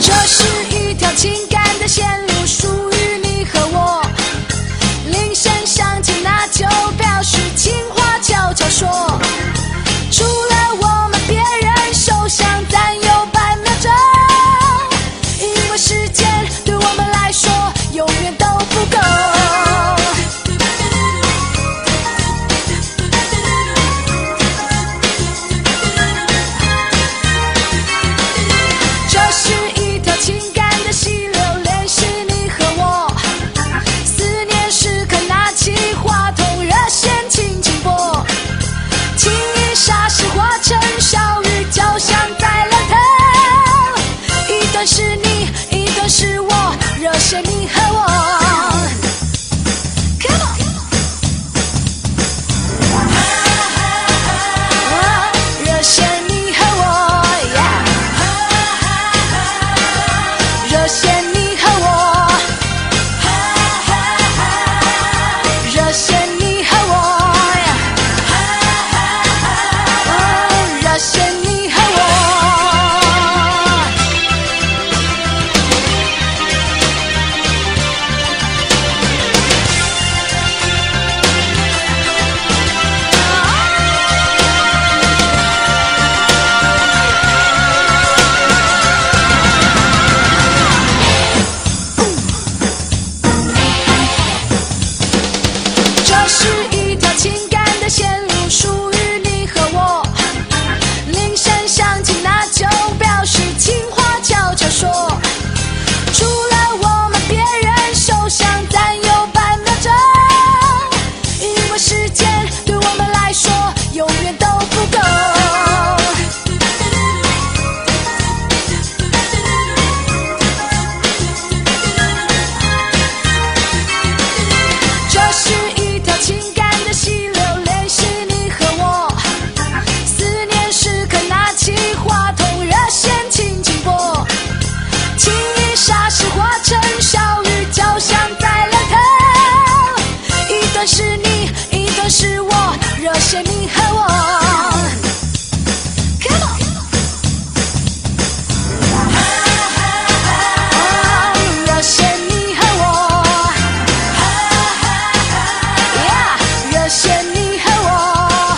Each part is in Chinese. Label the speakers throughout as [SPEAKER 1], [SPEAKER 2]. [SPEAKER 1] 这是一条情感的线路，属于你和我。铃声响起，那就表示情话悄悄说。除了我们，别人受伤，咱有半秒钟，因为时间对我们来说永远都不够。这是一条情感的溪流，联系你和我。思念时刻拿起话筒，热线轻轻拨。情意霎时化成小雨，就像在聊天。一段是你，一段是我，热线你和我。Come on，热线啊你和我，yeah。热线你和我，热线你和我，热线你和我。这是一条情感的线路，属于你和我。铃声响起，那就表示情话悄悄说。除了我们，别人受伤，咱有半秒钟，因为时间对我们来说永远都不够。这是一条情感的溪流，联系你和我。思念时刻拿起话筒，热线轻轻拨。情意霎时化成小雨，就像在聊天。一段是你，一段是我，热线你和我。Come on，热线你和我。呀，热线你和我。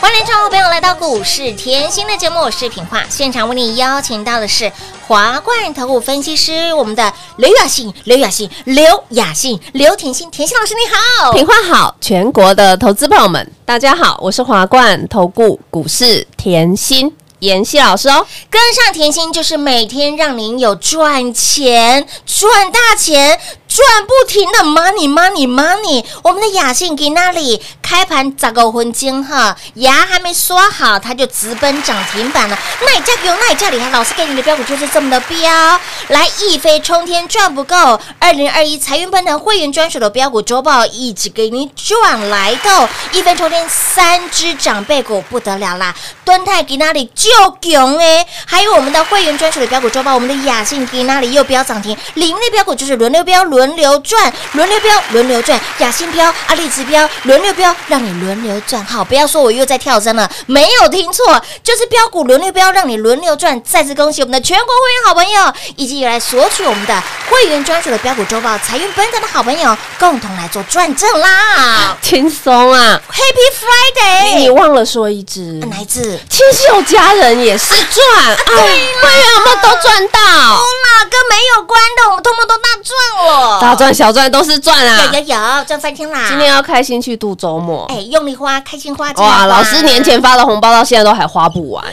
[SPEAKER 2] 欢迎各位朋友来到股市甜心的节目，我是品化，现场为你邀请到的是华冠投顾分析师，我们的刘雅信、刘雅信、刘雅信、刘甜心、甜心老师，你好。
[SPEAKER 3] 品话好，全国的投资朋友们，大家好，我是华冠投顾股市甜心妍希老师哦。
[SPEAKER 2] 跟上甜心就是每天让您有赚钱、赚大钱、赚不停的 money money money。我们的雅信给那里开盘咋个混金哈，牙还没刷好，它就直奔涨停板了。那你价给我，那你价里还老师给你的标股就是这么的标，来一飞冲天赚不够。二零二一财运奔腾会员专属的标股周报一直给你赚来的，一飞冲天三只长辈股不得了啦！敦泰给那里就囧哎，还有我们的会员专属的标股周报，我们的雅信给那里又标涨停，里面的标股就是轮流标、轮流赚、轮流标、轮流赚，雅信标、阿里指标、轮流标，让你轮流赚。好，不要说我又在跳针了，没有听错，就是标股轮流标，让你轮流赚。再次恭喜我们的全国会员好朋友，以及有来索取我们的会员专属的标股周报、财运奔腾的好朋友，共同来做转正啦
[SPEAKER 3] 轻松啊！哎
[SPEAKER 2] ！Happy Friday！
[SPEAKER 3] 你忘了说一只
[SPEAKER 2] 啊，哪一只？
[SPEAKER 3] 亲秀家人也是赚，哎，会员有没有都赚到？
[SPEAKER 2] 哪跟啊没有关的，我们通通都大赚了，
[SPEAKER 3] 大赚小赚都是赚啊
[SPEAKER 2] 有！有有赚翻天啦！哎
[SPEAKER 3] 今天要开心去度周末。
[SPEAKER 2] 哎，用力花，开心花，
[SPEAKER 3] 哇，
[SPEAKER 2] 真的花
[SPEAKER 3] 老师年前发的红包到现在都还花不完，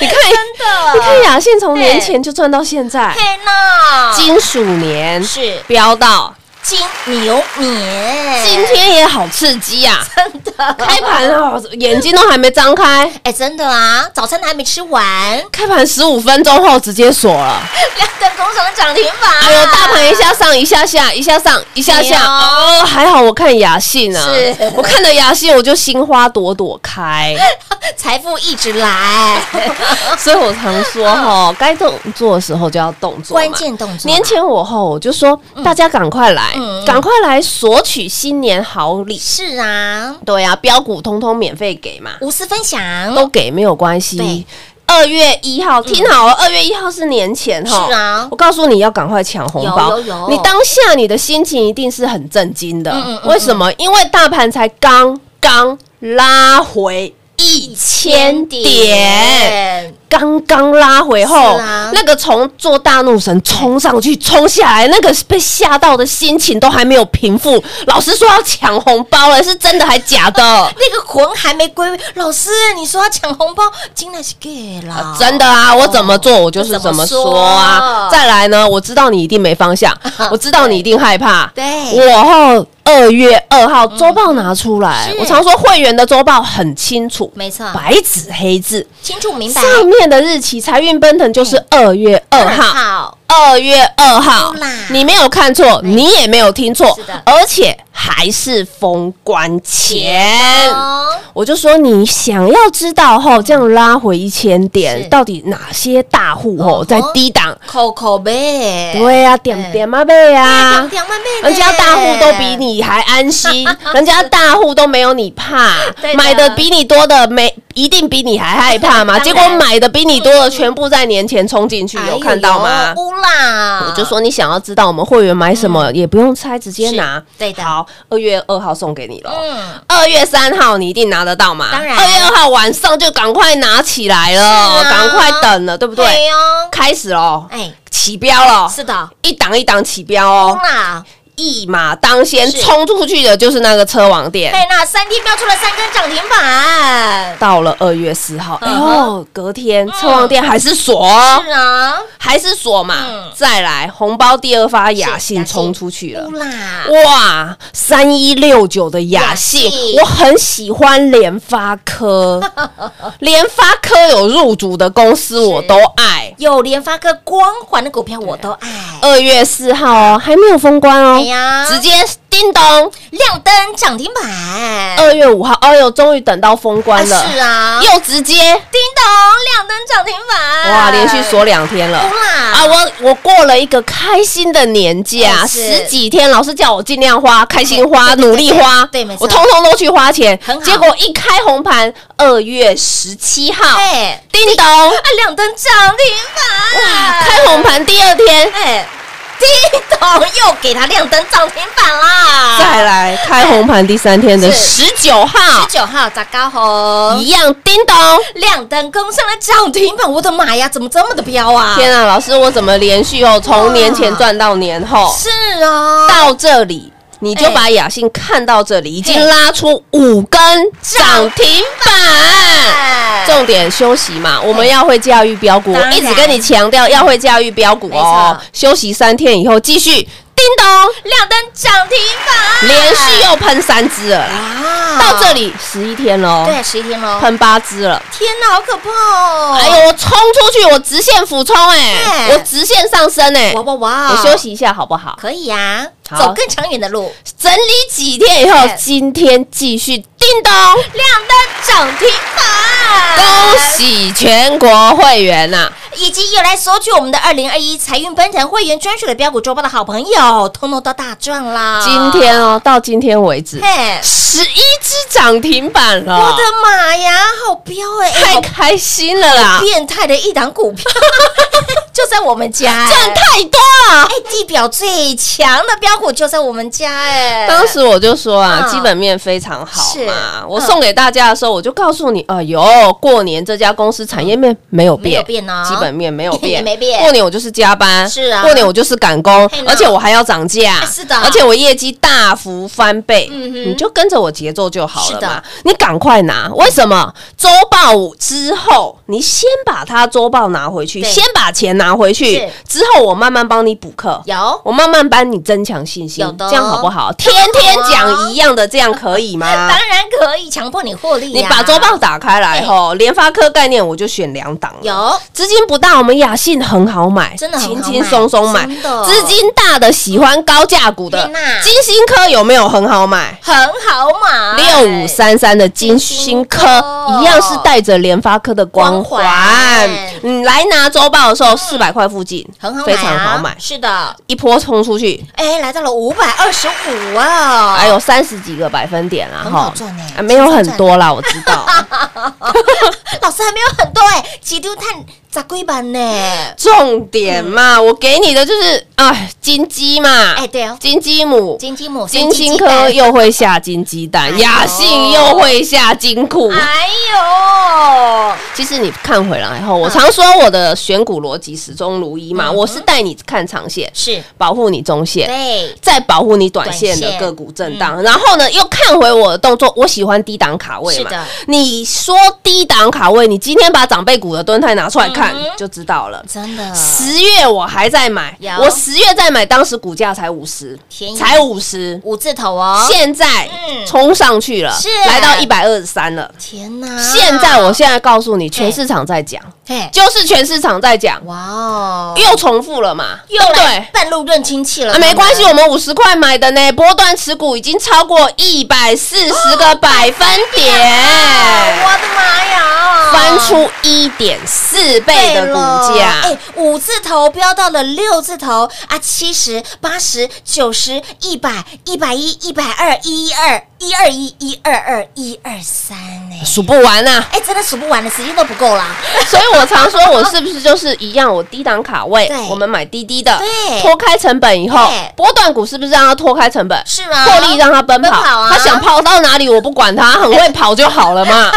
[SPEAKER 3] 你看，
[SPEAKER 2] 真的，
[SPEAKER 3] 你看雅信从年前就赚到现在，
[SPEAKER 2] 天呐，
[SPEAKER 3] 金鼠年
[SPEAKER 2] 是
[SPEAKER 3] 飙到
[SPEAKER 2] 金牛年，
[SPEAKER 3] 今天也好刺激啊！
[SPEAKER 2] 真的
[SPEAKER 3] 开盘哦，眼睛都还没张开，
[SPEAKER 2] 哎，真的啊，早餐还没吃完，
[SPEAKER 3] 开盘十五分钟后直接锁了。
[SPEAKER 2] 两根工厂的涨停板，
[SPEAKER 3] 哎呦，大盘一下上一下下，一下上一下下，
[SPEAKER 2] 哎
[SPEAKER 3] 哦，还好我看雅信啊，
[SPEAKER 2] 是
[SPEAKER 3] 我看了雅信，我就心花朵朵 开，
[SPEAKER 2] 财富一直来，
[SPEAKER 3] 所以我常说哈，该动作的时候就要动作 嘛，
[SPEAKER 2] 啊关键动作，
[SPEAKER 3] 年前我后，我就说大家赶快来
[SPEAKER 2] 嗯嗯，
[SPEAKER 3] 赶快来索取新年好礼。
[SPEAKER 2] 是啊，
[SPEAKER 3] 对呀、啊，标股通通免费给嘛，
[SPEAKER 2] 无私分享，
[SPEAKER 3] 都给没有关
[SPEAKER 2] 对嗯
[SPEAKER 3] 系。二月一号，听好了，二月一号是年前哈。
[SPEAKER 2] 是啊
[SPEAKER 3] 我告诉你要赶快抢红包。
[SPEAKER 2] 有有有
[SPEAKER 3] 你当下你的心情一定是很震惊的，
[SPEAKER 2] 嗯嗯嗯
[SPEAKER 3] 为什么？因为大盘才刚刚拉回一千点。，刚刚拉回后，
[SPEAKER 2] 是啊？
[SPEAKER 3] 那个从做大怒神冲上去、冲下来，那个被吓到的心情都还没有平复。老师说要抢红包了，是真的还假的
[SPEAKER 2] 那个魂还没归位。老师，你说要抢红包，竟然是 gay 啦、
[SPEAKER 3] 真的啊，我怎么做我就是怎么说
[SPEAKER 2] 哦怎么
[SPEAKER 3] 啊
[SPEAKER 2] 说。
[SPEAKER 3] 再来呢，我知道你一定没方 向，我知道你一定害怕。
[SPEAKER 2] 对
[SPEAKER 3] 我后二月二号周报拿出来，
[SPEAKER 2] 嗯是
[SPEAKER 3] 我常说会员的周报很清楚，
[SPEAKER 2] 没错
[SPEAKER 3] 白纸黑字，
[SPEAKER 2] 清楚明白。嗯
[SPEAKER 3] 上面的日期财运奔腾就是二月二号。
[SPEAKER 2] 好，
[SPEAKER 3] 二月二号
[SPEAKER 2] 出啦，
[SPEAKER 3] 你没有看错，你也没有听错
[SPEAKER 2] 是的，
[SPEAKER 3] 而且还是封关前。
[SPEAKER 2] 哦，
[SPEAKER 3] 我就说你想要知道吼，这样拉回一千
[SPEAKER 2] 是
[SPEAKER 3] 点，到底哪些大户吼
[SPEAKER 2] 嗯哼
[SPEAKER 3] 在低档？
[SPEAKER 2] 扣扣呗，
[SPEAKER 3] 对呀，点点啊贝
[SPEAKER 2] 啊，
[SPEAKER 3] 啊。
[SPEAKER 2] 两万妹妹，
[SPEAKER 3] 人家大户都比你还 安心，人家大户都没有你怕
[SPEAKER 2] 对，的
[SPEAKER 3] 买的比你多的没一定比你还害怕嘛。
[SPEAKER 2] 当然
[SPEAKER 3] 结果买的比你多的全部在年前冲进去
[SPEAKER 2] 哎，呦，啊
[SPEAKER 3] 有看到吗？
[SPEAKER 2] 乌啦，
[SPEAKER 3] 我就说你想要知道我们会员买什么，也不用猜，直接
[SPEAKER 2] 嗯
[SPEAKER 3] 拿
[SPEAKER 2] 是。对的
[SPEAKER 3] 好，二月二号送给你喽。
[SPEAKER 2] 嗯，
[SPEAKER 3] 二月三号你一定拿得到嘛？
[SPEAKER 2] 当然
[SPEAKER 3] 二月二号晚上就赶快拿起来了，
[SPEAKER 2] 是啊
[SPEAKER 3] 赶、快等了，对不对？
[SPEAKER 2] 对哦，
[SPEAKER 3] 开始喽，
[SPEAKER 2] 哎，
[SPEAKER 3] 起标了，
[SPEAKER 2] 是的，
[SPEAKER 3] 一档一档起标
[SPEAKER 2] 乌
[SPEAKER 3] 哦，
[SPEAKER 2] 啦，
[SPEAKER 3] 一马当先
[SPEAKER 2] 是
[SPEAKER 3] 冲出去的就是那个车网店。
[SPEAKER 2] 嘿，那三天标出了三根涨停板，
[SPEAKER 3] 到了二月四号，哎
[SPEAKER 2] 嗯哼嗯
[SPEAKER 3] 呦，隔天车网店还是锁哦，
[SPEAKER 2] 是啊，
[SPEAKER 3] 还是锁嘛。
[SPEAKER 2] 嗯
[SPEAKER 3] 再来，红包第二发雅
[SPEAKER 2] 雅
[SPEAKER 3] 信
[SPEAKER 2] 信
[SPEAKER 3] 冲出去了
[SPEAKER 2] 乌，啦，
[SPEAKER 3] 哇，三一六九的雅信
[SPEAKER 2] 啊雅信，
[SPEAKER 3] 我很喜欢联发 科，联发科有入主的公司我都爱。
[SPEAKER 2] 有联发科光环的股票我都爱，
[SPEAKER 3] 二月四号哦，还没有封关哦，
[SPEAKER 2] 哎呀
[SPEAKER 3] 直接叮咚。
[SPEAKER 2] 亮灯涨停板。
[SPEAKER 3] 二月五号，哎呦，终于等到封关了，
[SPEAKER 2] 啊是啊，哎
[SPEAKER 3] 又直接
[SPEAKER 2] 叮咚亮灯涨停板，
[SPEAKER 3] 哇，连续锁两天了。
[SPEAKER 2] 啦
[SPEAKER 3] 啊，
[SPEAKER 2] 啊，
[SPEAKER 3] 我我过了一个开心的年假，
[SPEAKER 2] 嗯是
[SPEAKER 3] 十几天，老师叫我尽量花，开心花，
[SPEAKER 2] 对对对
[SPEAKER 3] 努力花，
[SPEAKER 2] 对没错
[SPEAKER 3] 我通通都去花钱
[SPEAKER 2] 很好，
[SPEAKER 3] 结果一开红盘，二月十七号，
[SPEAKER 2] 哎
[SPEAKER 3] 叮咚，
[SPEAKER 2] 啊亮灯涨停板，
[SPEAKER 3] 开红盘第二天，
[SPEAKER 2] 哎，叮咚又给它亮灯涨停板啦，
[SPEAKER 3] 再来开红盘第三天的
[SPEAKER 2] 是
[SPEAKER 3] 十九号
[SPEAKER 2] 十，九号砸高红
[SPEAKER 3] 一样叮咚。
[SPEAKER 2] 亮灯攻上了涨停板，我的妈呀，怎么这么的彪啊？
[SPEAKER 3] 天啊，老师，我怎么连续哦，从年前
[SPEAKER 2] 哇
[SPEAKER 3] 赚到年后，
[SPEAKER 2] 是啊，
[SPEAKER 3] 到这里。你就
[SPEAKER 2] 哎
[SPEAKER 3] 把雅信看到这里，已
[SPEAKER 2] 嘿
[SPEAKER 3] 经拉出五根涨停板。重点休息嘛，我们要会驾驭标股，
[SPEAKER 2] 当
[SPEAKER 3] 我
[SPEAKER 2] 然
[SPEAKER 3] 一直跟你强调要会驾驭标股
[SPEAKER 2] 没
[SPEAKER 3] 哦
[SPEAKER 2] 错。
[SPEAKER 3] 休息三天以后继续，叮咚，
[SPEAKER 2] 亮灯涨停板，
[SPEAKER 3] 连续又喷三只了啦，
[SPEAKER 2] 啊
[SPEAKER 3] 到这里十一天喽，
[SPEAKER 2] 对，十一天喽，
[SPEAKER 3] 喷八只了。
[SPEAKER 2] 天哪，好可怕哦！
[SPEAKER 3] 哎呦，我冲出去，我直线俯冲哎
[SPEAKER 2] 哎，
[SPEAKER 3] 我直线上升哎，
[SPEAKER 2] 哇哇哇！
[SPEAKER 3] 我休息一下好不好？
[SPEAKER 2] 可以呀、
[SPEAKER 3] 好
[SPEAKER 2] 走更长远的路，
[SPEAKER 3] 整理几天以后
[SPEAKER 2] 哎，
[SPEAKER 3] 今天继续叮咚，
[SPEAKER 2] 亮灯涨停板，
[SPEAKER 3] 恭！喜全国会员啊呐！
[SPEAKER 2] 以及有来索取我们的二零二一财运奔腾会员专属的标股周报的好朋友，通通都大赚啦！
[SPEAKER 3] 今天啊哦，到今天为止，
[SPEAKER 2] 啊嘿，
[SPEAKER 3] 十一只涨停板了，
[SPEAKER 2] 我的妈呀，好彪哎、欸，
[SPEAKER 3] 太
[SPEAKER 2] 好
[SPEAKER 3] 开心了啦！
[SPEAKER 2] 变态的一档股票， 就在我们家、哎
[SPEAKER 3] 赚太多了。
[SPEAKER 2] 哎、地表最强的标股就在我们家哎、
[SPEAKER 3] 当时我就说啊，
[SPEAKER 2] 嗯
[SPEAKER 3] 基本面非常好
[SPEAKER 2] 是
[SPEAKER 3] 嘛
[SPEAKER 2] 嗯。
[SPEAKER 3] 我送给大家的时候，我就告诉你，哎呦，过年这家公司产业面没有
[SPEAKER 2] 没有
[SPEAKER 3] 变，
[SPEAKER 2] 变哦
[SPEAKER 3] 基本面没有
[SPEAKER 2] 也
[SPEAKER 3] 变，
[SPEAKER 2] 没变
[SPEAKER 3] 过年我就是加班，
[SPEAKER 2] 是啊
[SPEAKER 3] 过年我就是赶工
[SPEAKER 2] 嘿，呢
[SPEAKER 3] 而且我还要涨价
[SPEAKER 2] 哎，是的
[SPEAKER 3] 而且我业绩大幅翻倍，
[SPEAKER 2] 嗯哼
[SPEAKER 3] 你就跟着我节奏就好
[SPEAKER 2] 是
[SPEAKER 3] 了
[SPEAKER 2] 的
[SPEAKER 3] 嘛。你赶快拿，为什么？周报五之后。你先把它周报拿回去，
[SPEAKER 2] 对
[SPEAKER 3] 先把钱拿回去
[SPEAKER 2] 是，
[SPEAKER 3] 之后我慢慢帮你补课。
[SPEAKER 2] 有
[SPEAKER 3] 我慢慢帮你增强信心
[SPEAKER 2] 有，的哦
[SPEAKER 3] 这样好不好？天天讲一样的，这样可以吗？
[SPEAKER 2] 当然可以强迫你啊哎获利
[SPEAKER 3] 啊你
[SPEAKER 2] 呀、
[SPEAKER 3] 把周报打开来吼，联发科概念我就选两档了。
[SPEAKER 2] 有
[SPEAKER 3] 资金不大，我们雅信很好买，
[SPEAKER 2] 真的很好
[SPEAKER 3] 轻
[SPEAKER 2] 买
[SPEAKER 3] 轻松松买。
[SPEAKER 2] 真的
[SPEAKER 3] 资金大的喜欢高价股的
[SPEAKER 2] 天哪，
[SPEAKER 3] 金星科有没有很好买？
[SPEAKER 2] 很好买，
[SPEAKER 3] 六五三三的金星科
[SPEAKER 2] 金星科
[SPEAKER 3] 一样是带着联发科的光
[SPEAKER 2] 光
[SPEAKER 3] 环
[SPEAKER 2] 环，
[SPEAKER 3] 你来拿周报的时候四百块附近，
[SPEAKER 2] 很好买、啊，
[SPEAKER 3] 非常好买，
[SPEAKER 2] 是的，
[SPEAKER 3] 一波冲出去，
[SPEAKER 2] 哎，来到了五百二十五啊，
[SPEAKER 3] 还有三十几个百分点啦，
[SPEAKER 2] 很好
[SPEAKER 3] 吼
[SPEAKER 2] 赚欸
[SPEAKER 3] 啊没有很多啦，我知道。
[SPEAKER 2] 老师还没有很多哎、几丢碳咋龟版 呢？
[SPEAKER 3] 重点嘛，我给你的就是哎，金鸡嘛，
[SPEAKER 2] 哎，对哦，
[SPEAKER 3] 金鸡母，
[SPEAKER 2] 金鸡母，
[SPEAKER 3] 金
[SPEAKER 2] 金
[SPEAKER 3] 星
[SPEAKER 2] 哦鸡蛋
[SPEAKER 3] 科又会下金鸡
[SPEAKER 2] 哎
[SPEAKER 3] 蛋，
[SPEAKER 2] 呦
[SPEAKER 3] 雅信又会下金库。
[SPEAKER 2] 哎呦，
[SPEAKER 3] 其实你看回来后，
[SPEAKER 2] 啊
[SPEAKER 3] 我常说我的选股逻辑始终如一嘛，我是带你看长线，
[SPEAKER 2] 是
[SPEAKER 3] 保护你中
[SPEAKER 2] 嗯
[SPEAKER 3] 线。
[SPEAKER 2] 对，
[SPEAKER 3] 再保护你短线的
[SPEAKER 2] 短线嗯
[SPEAKER 3] 个股震荡，然后呢，又看回我的动作，我喜欢低档卡位嘛
[SPEAKER 2] 是的。
[SPEAKER 3] 你说低档卡位，你今天把长辈股的蹲态拿出来看
[SPEAKER 2] 嗯哼
[SPEAKER 3] 就知道了。
[SPEAKER 2] 真的
[SPEAKER 3] 十月我还在买
[SPEAKER 2] 有，
[SPEAKER 3] 我十月在买，当时股价才五十
[SPEAKER 2] 便宜，
[SPEAKER 3] 才五十，
[SPEAKER 2] 五字头哦，
[SPEAKER 3] 现在
[SPEAKER 2] 嗯
[SPEAKER 3] 冲上去了，
[SPEAKER 2] 是啊
[SPEAKER 3] 来到一百二十三了。
[SPEAKER 2] 天哪，
[SPEAKER 3] 现在我现在告诉你，全市场在讲，
[SPEAKER 2] 嘿，
[SPEAKER 3] 就是全市场在讲，
[SPEAKER 2] 哇哦，
[SPEAKER 3] 又重复了嘛，
[SPEAKER 2] 又
[SPEAKER 3] 对不对
[SPEAKER 2] 来。半路认亲戚了，
[SPEAKER 3] 啊，没关系，
[SPEAKER 2] 我
[SPEAKER 3] 我们五十块买的呢，波段持股已经超过一百四十
[SPEAKER 2] 哦
[SPEAKER 3] 个百分点，
[SPEAKER 2] 啊的妈呀，
[SPEAKER 3] 翻出一点四倍的股价。
[SPEAKER 2] 哎，五字头飙到了六字头啊，七十、八十、九十、一百、一百一、一百二、一一二、一二一、一二二、一二三，哎，
[SPEAKER 3] 数不完呐、
[SPEAKER 2] 哎，真的数不完了，时间都不够啦。
[SPEAKER 3] 所以我常说，我是不是就是一样？我低档卡位
[SPEAKER 2] 对，
[SPEAKER 3] 我们买低低的
[SPEAKER 2] 对，
[SPEAKER 3] 脱开成本以后
[SPEAKER 2] 对，
[SPEAKER 3] 波段股是不是让它脱开成本？
[SPEAKER 2] 是啊
[SPEAKER 3] 获利让它奔
[SPEAKER 2] 奔
[SPEAKER 3] 跑
[SPEAKER 2] 跑啊，
[SPEAKER 3] 它想跑到哪里我不管它，很会跑就好了 嘛。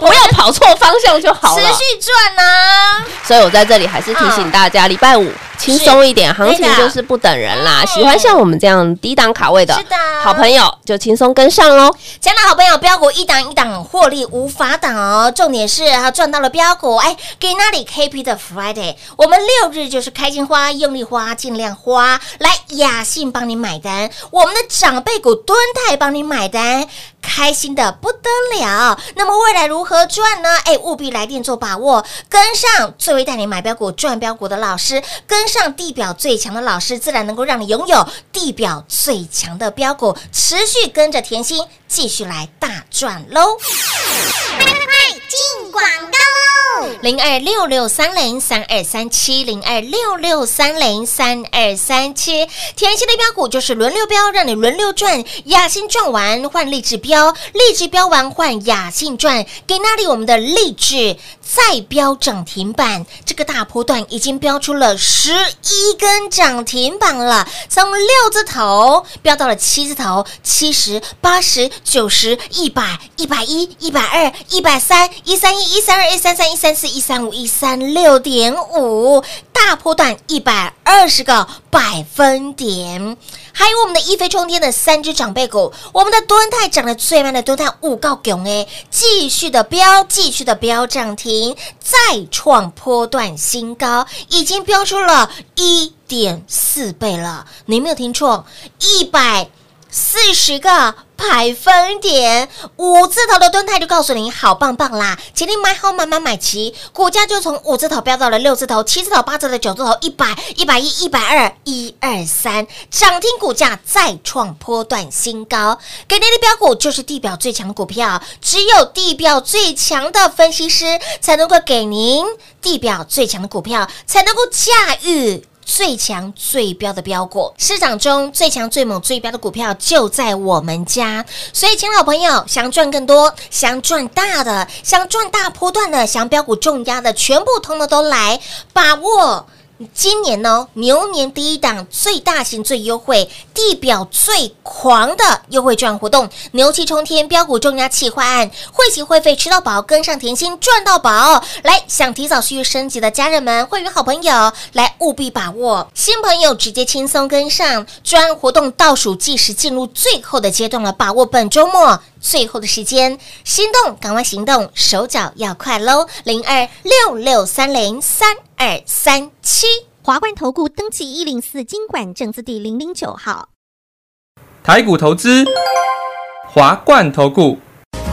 [SPEAKER 3] 不要跑错方向就 好
[SPEAKER 2] 持
[SPEAKER 3] 了。
[SPEAKER 2] 续赚啊呐、
[SPEAKER 3] 所以我在这里还是提醒大家，礼拜五轻松一点，行情就是不等人啦。
[SPEAKER 2] 对的
[SPEAKER 3] 喜欢像我们这样低档卡位的
[SPEAKER 2] 是的
[SPEAKER 3] 好朋友，就轻松跟上喽。
[SPEAKER 2] 亲爱的好朋友，标股一档一档获利无法挡哦。重点是啊，赚到了标股，哎，给那里 KP 的 Friday，我们六日就是开心花、用力花、尽量花，来雅信帮你买单，我们的长辈股蹲泰帮你买单，开心的不得了。那么未来如何赚呢？哎，务必来电做把握，跟上最为带你买标股、赚标股的老师，跟上地表最强的老师，自然能够让你拥有地表最强的标股，持续跟着甜心继续来大赚喽！零二六六三零三二三七，零二六六三零三二三七。甜心的标股就是轮流标，让你轮流赚。雅信赚完换励志标，励志标完换雅信赚。给那里我们的励志再标涨停板，这个大波段已经标出了十一根涨停板了，从六字头标到了七字头，七十、八十、九十、一百、一百一、一百二、一百三、一三一、一三二、一三三、一三四、一三五、一三六点五，大波段一百二十个百分点。还有我们的一飞冲天的三只长辈股，我们的敦泰涨得最慢的敦泰五告囧哎，继续的飙，继续的飙涨停，再创波段新高，已经飙出了一点四倍了。你没有听错，一百四十个百分点，五字头的蹲态就告诉你好棒棒啦！请你买好买买买齐，股价就从五字头飙到了六字头、七字头、八字头、九字头、一百、一百一、一百二、一二三，涨停股价再创波段新高。给您的标股就是地表最强的股票，只有地表最强的分析师才能够给您地表最强的股票，才能够驾驭。最强最标的标股，市场中最强最猛最标的股票就在我们家。所以，请老朋友想赚更多、想赚大的、想赚大波段的、想标股重压的，全部通通都来把握。今年哦，牛年第一档最大型、最优惠、地表最狂的优惠券活动，牛气冲天标股重压企划案，会籍会费吃到饱，跟上甜心赚到饱。来，想提早续约升级的家人们、会员好朋友，来务必把握。新朋友直接轻松跟上，专案活动倒数计时进入最后的阶段了，把握本周末最后的时间，心动赶快行动，手脚要快喽！零二六六三零三二三七。
[SPEAKER 4] 华冠投顾登记一零四经管证字第零零九号，
[SPEAKER 5] 台股投资，华冠投顾，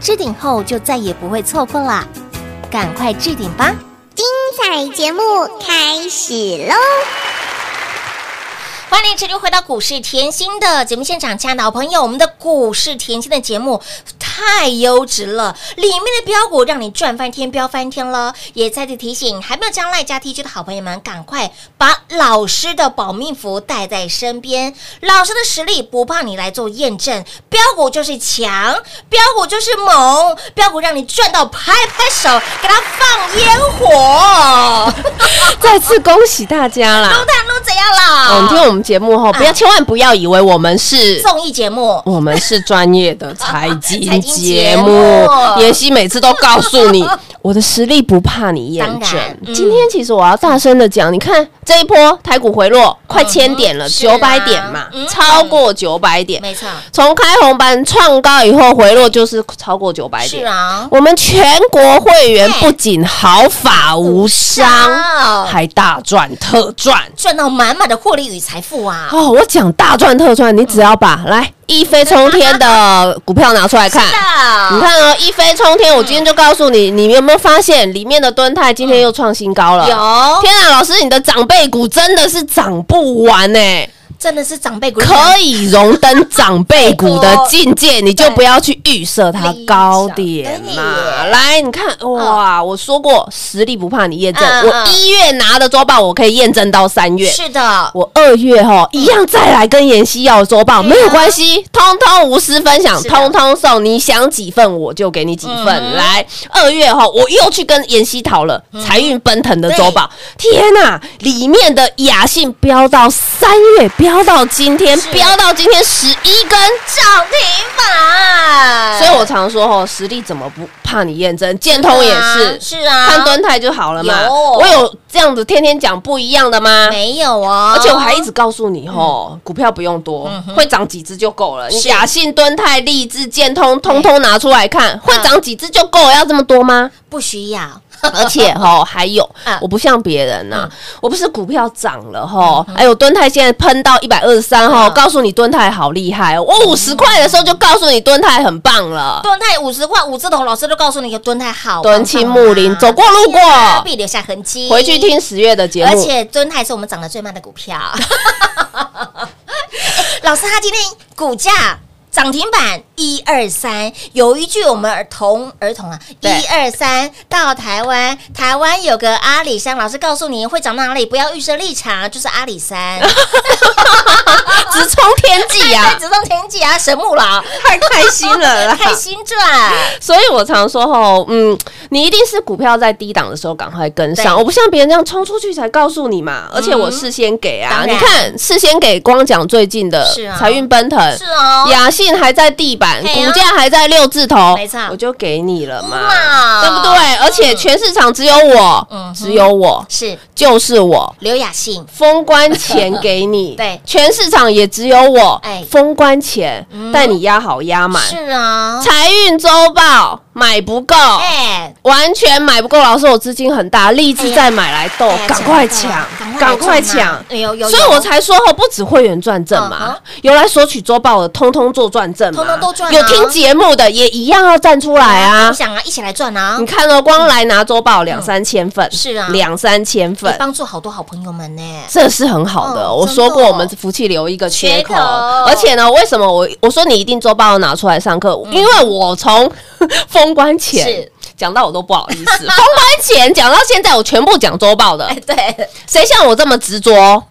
[SPEAKER 2] 置顶后就再也不会错过啦，赶快置顶吧！
[SPEAKER 4] 彩节目开始喽！
[SPEAKER 2] 欢迎持续回到股市甜心的节目现场，亲爱的好朋友，我们的股市甜心的节目太优质了，里面的标股让你赚翻天、飙翻天了。也再次提醒还没有加赖加 T G 的好朋友们，赶快把老师的保命符带在身边，老师的实力不怕你来做验证，标股就是强，标股就是猛，标股让你赚到拍拍手，给它放烟火。
[SPEAKER 3] 再次恭喜大家啦！啊
[SPEAKER 2] 陆大陆怎样啦？
[SPEAKER 3] 哦，你听我们节目后，不要千万不要以为我们是
[SPEAKER 2] 综艺节目，
[SPEAKER 3] 我们是专业的财
[SPEAKER 2] 财经
[SPEAKER 3] 经
[SPEAKER 2] 节
[SPEAKER 3] 节
[SPEAKER 2] 目
[SPEAKER 3] 目，妍希每次都告诉你，我的实力不怕你验
[SPEAKER 2] 当
[SPEAKER 3] 证
[SPEAKER 2] 然。嗯
[SPEAKER 3] 今天其实我要大声的讲，你看这一波台股回落快千点了，
[SPEAKER 2] 是啊
[SPEAKER 3] 九百点嘛
[SPEAKER 2] 嗯，
[SPEAKER 3] 超过九百点，
[SPEAKER 2] 没错，
[SPEAKER 3] 从开红盘创高以后回落就是超过九百
[SPEAKER 2] 是
[SPEAKER 3] 点。
[SPEAKER 2] 啊，哎
[SPEAKER 3] 我们全国会员不仅毫发无
[SPEAKER 2] 伤哎
[SPEAKER 3] 伤，还大赚特赚。
[SPEAKER 2] 赚到啊满满的获利与财富啊！
[SPEAKER 3] 哦，我讲大赚特赚，你只要把来一飞冲天的股票拿出来看。你看哦，一飞冲天！我今天就告诉你，你们有没有发现里面的敦泰今天又创新高了？
[SPEAKER 2] 有，
[SPEAKER 3] 天啊，老师，你的长辈股真的是涨不完呢、
[SPEAKER 2] 真的是长辈股
[SPEAKER 3] 可以荣登长辈股的境界，你就不要去预设它高点嘛。来，你看，哇，我说过实力不怕你验证
[SPEAKER 2] 哦嗯，
[SPEAKER 3] 我
[SPEAKER 2] 嗯
[SPEAKER 3] 一月拿的周报，我可以验证到三月。
[SPEAKER 2] 是的，
[SPEAKER 3] 我二月哈
[SPEAKER 2] 嗯
[SPEAKER 3] 一样再来跟妍希要周报，没有关系，通通无私分享，
[SPEAKER 2] 啊是的嗯
[SPEAKER 3] 通通送，你想几份我就给你几份。来，二月哈我又去跟妍希讨了财运奔腾的周报，天呐、里面的雅信飙到三月，飙到今天，飙到今天十一根。
[SPEAKER 2] 涨停板，
[SPEAKER 3] 所以我常说吼，实力怎么不怕你验证？建通也是，
[SPEAKER 2] 是啊，
[SPEAKER 3] 看蹲态就好了嘛
[SPEAKER 2] 有。
[SPEAKER 3] 我有这样子天天讲不一样的吗？
[SPEAKER 2] 没有哦，
[SPEAKER 3] 啊而且我还一直告诉你
[SPEAKER 2] 嗯
[SPEAKER 3] 吼，股票不用多，会涨几只就够了。你雅信、敦泰、
[SPEAKER 2] 嗯
[SPEAKER 3] 立志、建通，通通拿出来看，会涨几只就够了，要这么多吗？
[SPEAKER 2] 不需要，
[SPEAKER 3] 而且哈、还有
[SPEAKER 2] 啊，
[SPEAKER 3] 我不像别人呐、
[SPEAKER 2] 嗯
[SPEAKER 3] 我不是股票涨了哈，哎呦，敦泰现在喷到一百二十三哈，
[SPEAKER 2] 嗯
[SPEAKER 3] 告诉你敦泰好厉害哦，我五十块的时候就告诉你敦泰很棒了。
[SPEAKER 2] 蹲泰五十块，五字头老师都告诉你，蹲泰好棒棒啊，
[SPEAKER 3] 敦亲睦邻走过路过
[SPEAKER 2] 是啊必留下痕迹，
[SPEAKER 3] 回去听十月的节目，
[SPEAKER 2] 而且敦泰是我们涨得最慢的股票。 老师，他今天股价涨停板一二三，有一句我们儿童儿童啊，
[SPEAKER 3] 对
[SPEAKER 2] 一二三到台湾，台湾有个阿里山，老师告诉你会涨到哪里，不要预设立场，就是阿里 山，
[SPEAKER 3] 直冲天际 呀、
[SPEAKER 2] 直上天际啊，神木了，
[SPEAKER 3] 太开心了啦！
[SPEAKER 2] 开心赚，
[SPEAKER 3] 所以我常说吼，嗯，你一定是股票在低档的时候赶快跟上，
[SPEAKER 2] 对嗯
[SPEAKER 3] 我不像别人这样冲出去才告诉你嘛，而且我事先给啊，
[SPEAKER 2] 当然
[SPEAKER 3] 你看事先给，光讲最近的
[SPEAKER 2] 是啊
[SPEAKER 3] 财运奔腾，
[SPEAKER 2] 是哦，
[SPEAKER 3] 雅信还在地板，
[SPEAKER 2] 嘿啊
[SPEAKER 3] 股价还在六字头，
[SPEAKER 2] 没错
[SPEAKER 3] 我就给你了嘛，
[SPEAKER 2] 哇哦
[SPEAKER 3] 对不对？而且全市场只有我，
[SPEAKER 2] 嗯哼
[SPEAKER 3] 只有我，
[SPEAKER 2] 是
[SPEAKER 3] 就是我。
[SPEAKER 2] 刘雅信，
[SPEAKER 3] 封 关前给你，
[SPEAKER 2] 对
[SPEAKER 3] 全市场也只有我。
[SPEAKER 2] 哎嗯
[SPEAKER 3] 封关前带你压好压满，
[SPEAKER 2] 是啊，
[SPEAKER 3] 财运周报买不够，
[SPEAKER 2] 哎，
[SPEAKER 3] 完全买不够。老师，我资金很大，立志再买来斗
[SPEAKER 2] 哎呀，
[SPEAKER 3] 哦赶快抢，赶快抢。
[SPEAKER 2] 哎呦，有，
[SPEAKER 3] 所以我才说哦，不只会员赚证
[SPEAKER 2] 嗯
[SPEAKER 3] 嘛
[SPEAKER 2] 哼，
[SPEAKER 3] 有来索取周报的，通通做赚证嘛，
[SPEAKER 2] 通通都赚啊
[SPEAKER 3] 有听节目的也一样要站出来啊
[SPEAKER 2] 我！想啊，一起来赚啊
[SPEAKER 3] 你，看哦，光来拿周报两三千份，
[SPEAKER 2] 是啊
[SPEAKER 3] 两三千份
[SPEAKER 2] 也。帮助好多好朋友们呢。
[SPEAKER 3] 这是很好的，
[SPEAKER 2] 嗯
[SPEAKER 3] 我
[SPEAKER 2] 真的
[SPEAKER 3] 说过
[SPEAKER 2] 哦
[SPEAKER 3] 我们福气留一个缺
[SPEAKER 2] 缺
[SPEAKER 3] 口，
[SPEAKER 2] 口
[SPEAKER 3] 而且呢，为什么我我说你一定周报要拿出来上课？因为我从 封关前
[SPEAKER 2] 嗯是
[SPEAKER 3] 讲到我都不好意 思，封关前讲到现在，我全部讲周报的，
[SPEAKER 2] 哎，对，
[SPEAKER 3] 谁像我这么执着？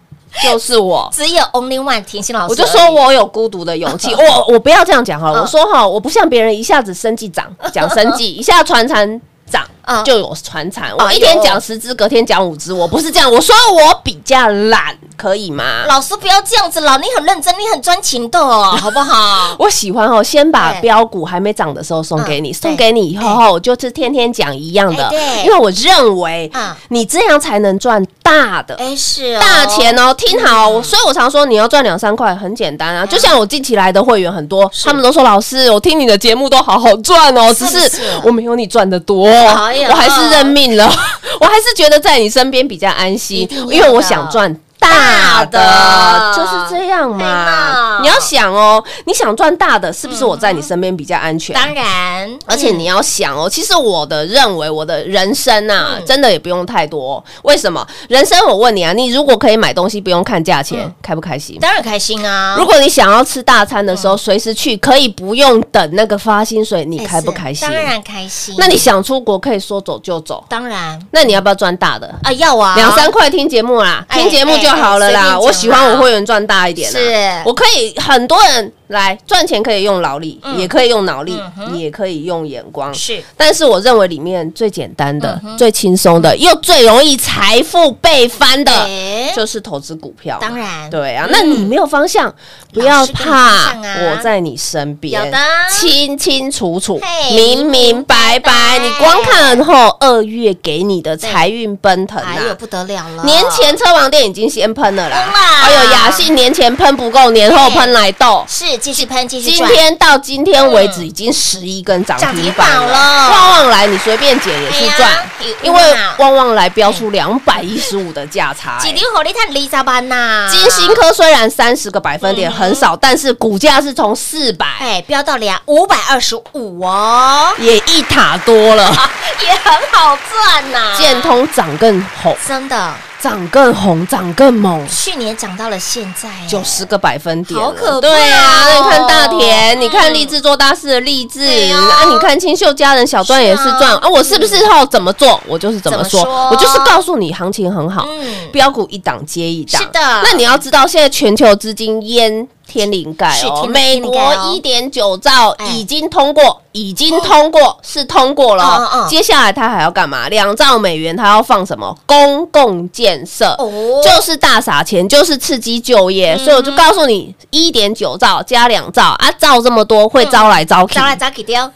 [SPEAKER 3] 就是我，
[SPEAKER 2] 只有 only one 甜心老师而已，
[SPEAKER 3] 我就说我有孤独的勇气，我我不要这样讲哈，
[SPEAKER 2] 嗯
[SPEAKER 3] 我说哈，我不像别人一下子生计涨，讲生计，一下传产涨
[SPEAKER 2] 嗯
[SPEAKER 3] 就有传产，
[SPEAKER 2] 哎
[SPEAKER 3] 我
[SPEAKER 2] 呦
[SPEAKER 3] 一天讲十只，隔天讲五只，我不是这样，我说我比较懒，可以吗？
[SPEAKER 2] 老师不要这样子啦，你很认真，你很专情的 哦，好不 好？
[SPEAKER 3] 我喜欢哦，先把
[SPEAKER 2] 对
[SPEAKER 3] 标股还没涨的时候送给你，
[SPEAKER 2] 嗯
[SPEAKER 3] 送
[SPEAKER 2] 对
[SPEAKER 3] 给你以后哦，我就是天天讲一样的
[SPEAKER 2] 哎对，
[SPEAKER 3] 因为我认为
[SPEAKER 2] 嗯
[SPEAKER 3] 你这样才能赚大的。
[SPEAKER 2] 哎，是哦
[SPEAKER 3] 大钱哦，听好，
[SPEAKER 2] 嗯
[SPEAKER 3] 所以我常说你要赚两三块很简单啊，就像我近期来的会员很多，他们都说老师，我听你的节目都好好赚哦，只
[SPEAKER 2] 是不
[SPEAKER 3] 是
[SPEAKER 2] 是
[SPEAKER 3] 我没有你赚的多，
[SPEAKER 2] 哎呀
[SPEAKER 3] 我还是认命了， 我还是觉得在你身边比较安
[SPEAKER 2] 一
[SPEAKER 3] 心
[SPEAKER 2] 定要，的
[SPEAKER 3] 因为我想赚。大
[SPEAKER 2] 大的
[SPEAKER 3] 的就是这样嘛
[SPEAKER 2] 哎呀，
[SPEAKER 3] 你要想哦，你想赚大的，是不是我在你身边比较安全？
[SPEAKER 2] 嗯当然，嗯
[SPEAKER 3] 而且你要想哦，其实我的认为我的人生啊，
[SPEAKER 2] 嗯
[SPEAKER 3] 真的也不用太多。为什么？人生我问你啊，你如果可以买东西不用看价钱，开不开心
[SPEAKER 2] 嗯？当然开心啊。
[SPEAKER 3] 如果你想要吃大餐的时候，随时去，可以不用等那个发薪水，你
[SPEAKER 2] 哎
[SPEAKER 3] 开不
[SPEAKER 2] 是
[SPEAKER 3] 开心？
[SPEAKER 2] 当然开心。
[SPEAKER 3] 那你想出国可以说走就走，
[SPEAKER 2] 当然
[SPEAKER 3] 那你要不要赚大的？
[SPEAKER 2] 啊，要啊，
[SPEAKER 3] 两三块听节目啦，
[SPEAKER 2] 哎
[SPEAKER 3] 听节目就好了
[SPEAKER 2] 哎哎随便
[SPEAKER 3] 啦。
[SPEAKER 2] 讲
[SPEAKER 3] 我喜欢
[SPEAKER 2] 啦
[SPEAKER 3] 我会员赚大一点啦，
[SPEAKER 2] 是
[SPEAKER 3] 啊我可以很多人来赚钱，可以用劳力，也可以用脑力
[SPEAKER 2] 嗯，哼
[SPEAKER 3] 也可以用眼光，
[SPEAKER 2] 是
[SPEAKER 3] 但是我认为里面最简单的、
[SPEAKER 2] 嗯
[SPEAKER 3] 最轻松的，又最容易财富倍翻的，
[SPEAKER 2] 哎
[SPEAKER 3] 就是投资股票。
[SPEAKER 2] 当。然嗯
[SPEAKER 3] 对啊，那你没有方向，不要
[SPEAKER 2] 老师
[SPEAKER 3] 怕
[SPEAKER 2] 给你方向，啊
[SPEAKER 3] 我在你身边
[SPEAKER 2] 有的，
[SPEAKER 3] 清清楚楚、
[SPEAKER 2] 嘿
[SPEAKER 3] 明明白白。
[SPEAKER 2] 明明白白
[SPEAKER 3] 你光看后二月给你的财运奔腾
[SPEAKER 2] 哎呦
[SPEAKER 3] 啊！
[SPEAKER 2] 不得了了，
[SPEAKER 3] 年前车王店已经先喷了啦
[SPEAKER 2] 喷，啦
[SPEAKER 3] 还有雅信年前喷不够，年后喷奶豆，
[SPEAKER 2] 是继续喷，继续
[SPEAKER 3] 今
[SPEAKER 2] 赚，
[SPEAKER 3] 天到今天为止，已经十一根涨停板
[SPEAKER 2] 嗯涨停板
[SPEAKER 3] 了。
[SPEAKER 2] 了
[SPEAKER 3] 旺旺来，你随便捡也是
[SPEAKER 2] 哎
[SPEAKER 3] 赚
[SPEAKER 2] 呀有，
[SPEAKER 3] 因为
[SPEAKER 2] 啊
[SPEAKER 3] 旺旺来标出两百一十五的价差。
[SPEAKER 2] 几
[SPEAKER 3] 哎
[SPEAKER 2] 滴火力碳离咋班呐？
[SPEAKER 3] 金星科虽然三十个百分
[SPEAKER 2] 嗯
[SPEAKER 3] 点很少，但是股价是从四百
[SPEAKER 2] 哎飙到两五百二十五哦。
[SPEAKER 3] 也一塔 多了。
[SPEAKER 2] 也很好赚呐、
[SPEAKER 3] 建通涨更红，
[SPEAKER 2] 真的，
[SPEAKER 3] 涨更红，涨更猛。
[SPEAKER 2] 去年涨到了现在、哎
[SPEAKER 3] 九十个百分点了，
[SPEAKER 2] 好可怕哦
[SPEAKER 3] 对啊，那你看大田，
[SPEAKER 2] 嗯
[SPEAKER 3] 你看立志做大事的立志，
[SPEAKER 2] 对哦
[SPEAKER 3] 啊，你看清秀佳人小段也是
[SPEAKER 2] 是
[SPEAKER 3] 赚
[SPEAKER 2] 啊
[SPEAKER 3] 啊，我是不是后怎么做，我就是怎么
[SPEAKER 2] 怎
[SPEAKER 3] 说
[SPEAKER 2] 么说，
[SPEAKER 3] 我就是告诉你行情很好，
[SPEAKER 2] 嗯，
[SPEAKER 3] 标股一档接一档。
[SPEAKER 2] 是的
[SPEAKER 3] 那你要知道，现在全球资金淹天灵盖
[SPEAKER 2] 是
[SPEAKER 3] 哦，
[SPEAKER 2] 天
[SPEAKER 3] 美
[SPEAKER 2] 天灵盖
[SPEAKER 3] 国
[SPEAKER 2] 哦
[SPEAKER 3] 一点九兆
[SPEAKER 2] 哎
[SPEAKER 3] 已经通过，已经通过是通过了哦。
[SPEAKER 2] 嗯嗯嗯
[SPEAKER 3] 接下来他还要干嘛？两兆美元，他要放什么？公共建设。
[SPEAKER 2] 哦，嗯
[SPEAKER 3] 就是大撒钱，就是刺激就业，所以我就告诉你，一点九兆加两兆啊，兆这么多会招来招去，
[SPEAKER 2] 嗯招来招去掉，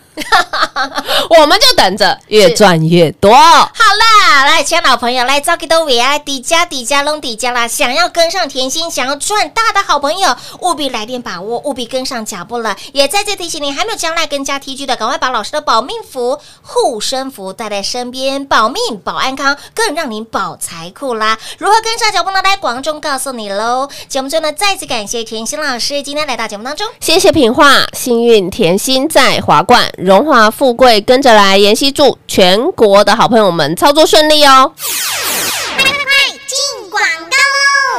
[SPEAKER 3] 我们就等着越赚越多。
[SPEAKER 2] 好啦，来，亲爱的老朋友，来招给都维啊，底加底加拢底加啦！想要跟上甜心，想要赚大的好朋友，务必来电把握，务必跟上脚步了。也再次提醒您，还没有将来跟加 T G 的，赶快把老师的保命符、护身符带在身边，保命、保安康，更让您保财库啦！如何跟上脚步呢？来，广中告诉你喽。节目最后呢，再次感谢甜心老师今天来到节目当中。
[SPEAKER 3] 谢谢品画，幸运甜心在华冠，荣华富贵跟着来。妍希祝全国的好朋友们操作顺利哦。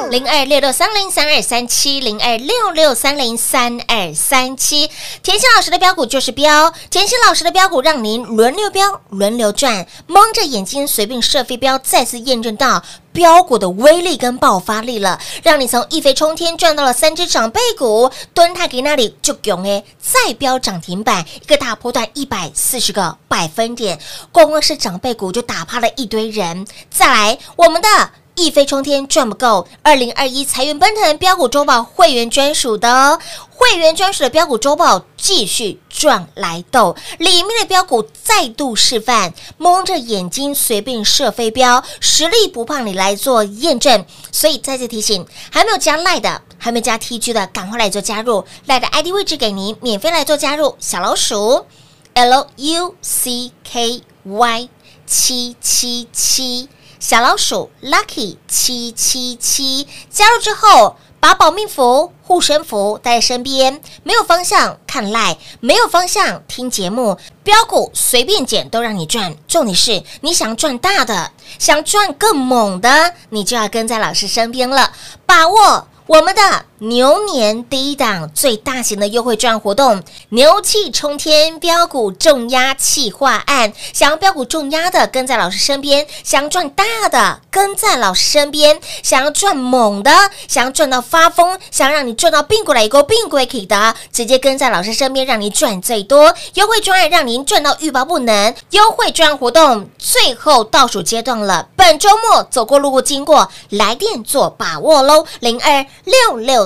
[SPEAKER 2] 零二六六三零三二三七零二六六三零三二三七。甜心老师的标股就是标，甜心老师的标股让您轮流标，轮流赚，蒙着眼睛随便射飞镖，再次验证到。标股的威力跟爆发力了，让你从一飞冲天赚到了三只长辈股，蹲泰给那里就囧哎，再标涨停板，一个大波段一百四十个百分点，光光是长辈股就打趴了一堆人。再来，我们的。一飞冲天赚不够，二零二一财源奔腾标股周报会员专属的哦会员专属的标股周报继续赚来斗，里面的标股再度示范，蒙着眼睛随便射飞镖，实力不怕你来做验证。所以再次提醒，还没有加赖的，还没加 TG 的，赶快来做加入，赖的 ID 位置给您，免费来做加入，小老鼠 L U C K Y 七七七。小老鼠 Lucky 七七七加入之后，把保命符、护身符带在身边，没有方向看赖，没有方向听节目，标股随便捡都让你赚。重点是你想赚大的，想赚更猛的，你就要跟在老师身边了，把握。我们的牛年第一档最大型的优惠券活动——牛气冲天标股重压企划案，想要标股重压的跟在老师身边，想要赚大的跟在老师身边，想要赚猛的，想要赚到发疯，想要让你赚到并过来一个并过来以的，直接跟在老师身边，让你赚最多。优惠专案让您赚到欲罢不能，优惠专案活动最后倒数阶段了，本周末走过路过经过，来电做把握喽，零二六六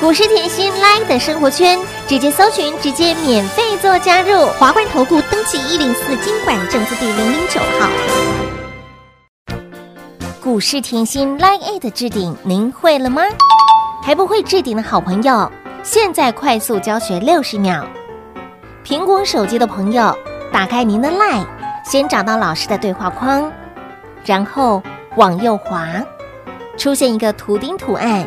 [SPEAKER 2] 股市甜心 Line 的生活圈，直接搜寻，直接免费做加入。
[SPEAKER 4] 华冠投顾登记一零四经管证字第零零九号。
[SPEAKER 2] 股市甜心 Line A 的置顶，您会了吗？还不会置顶的好朋友，现在快速教学六十秒。苹果手机的朋友，打开您的 Line，先找到老师的对话框，然后往右滑，出现一个图钉图案，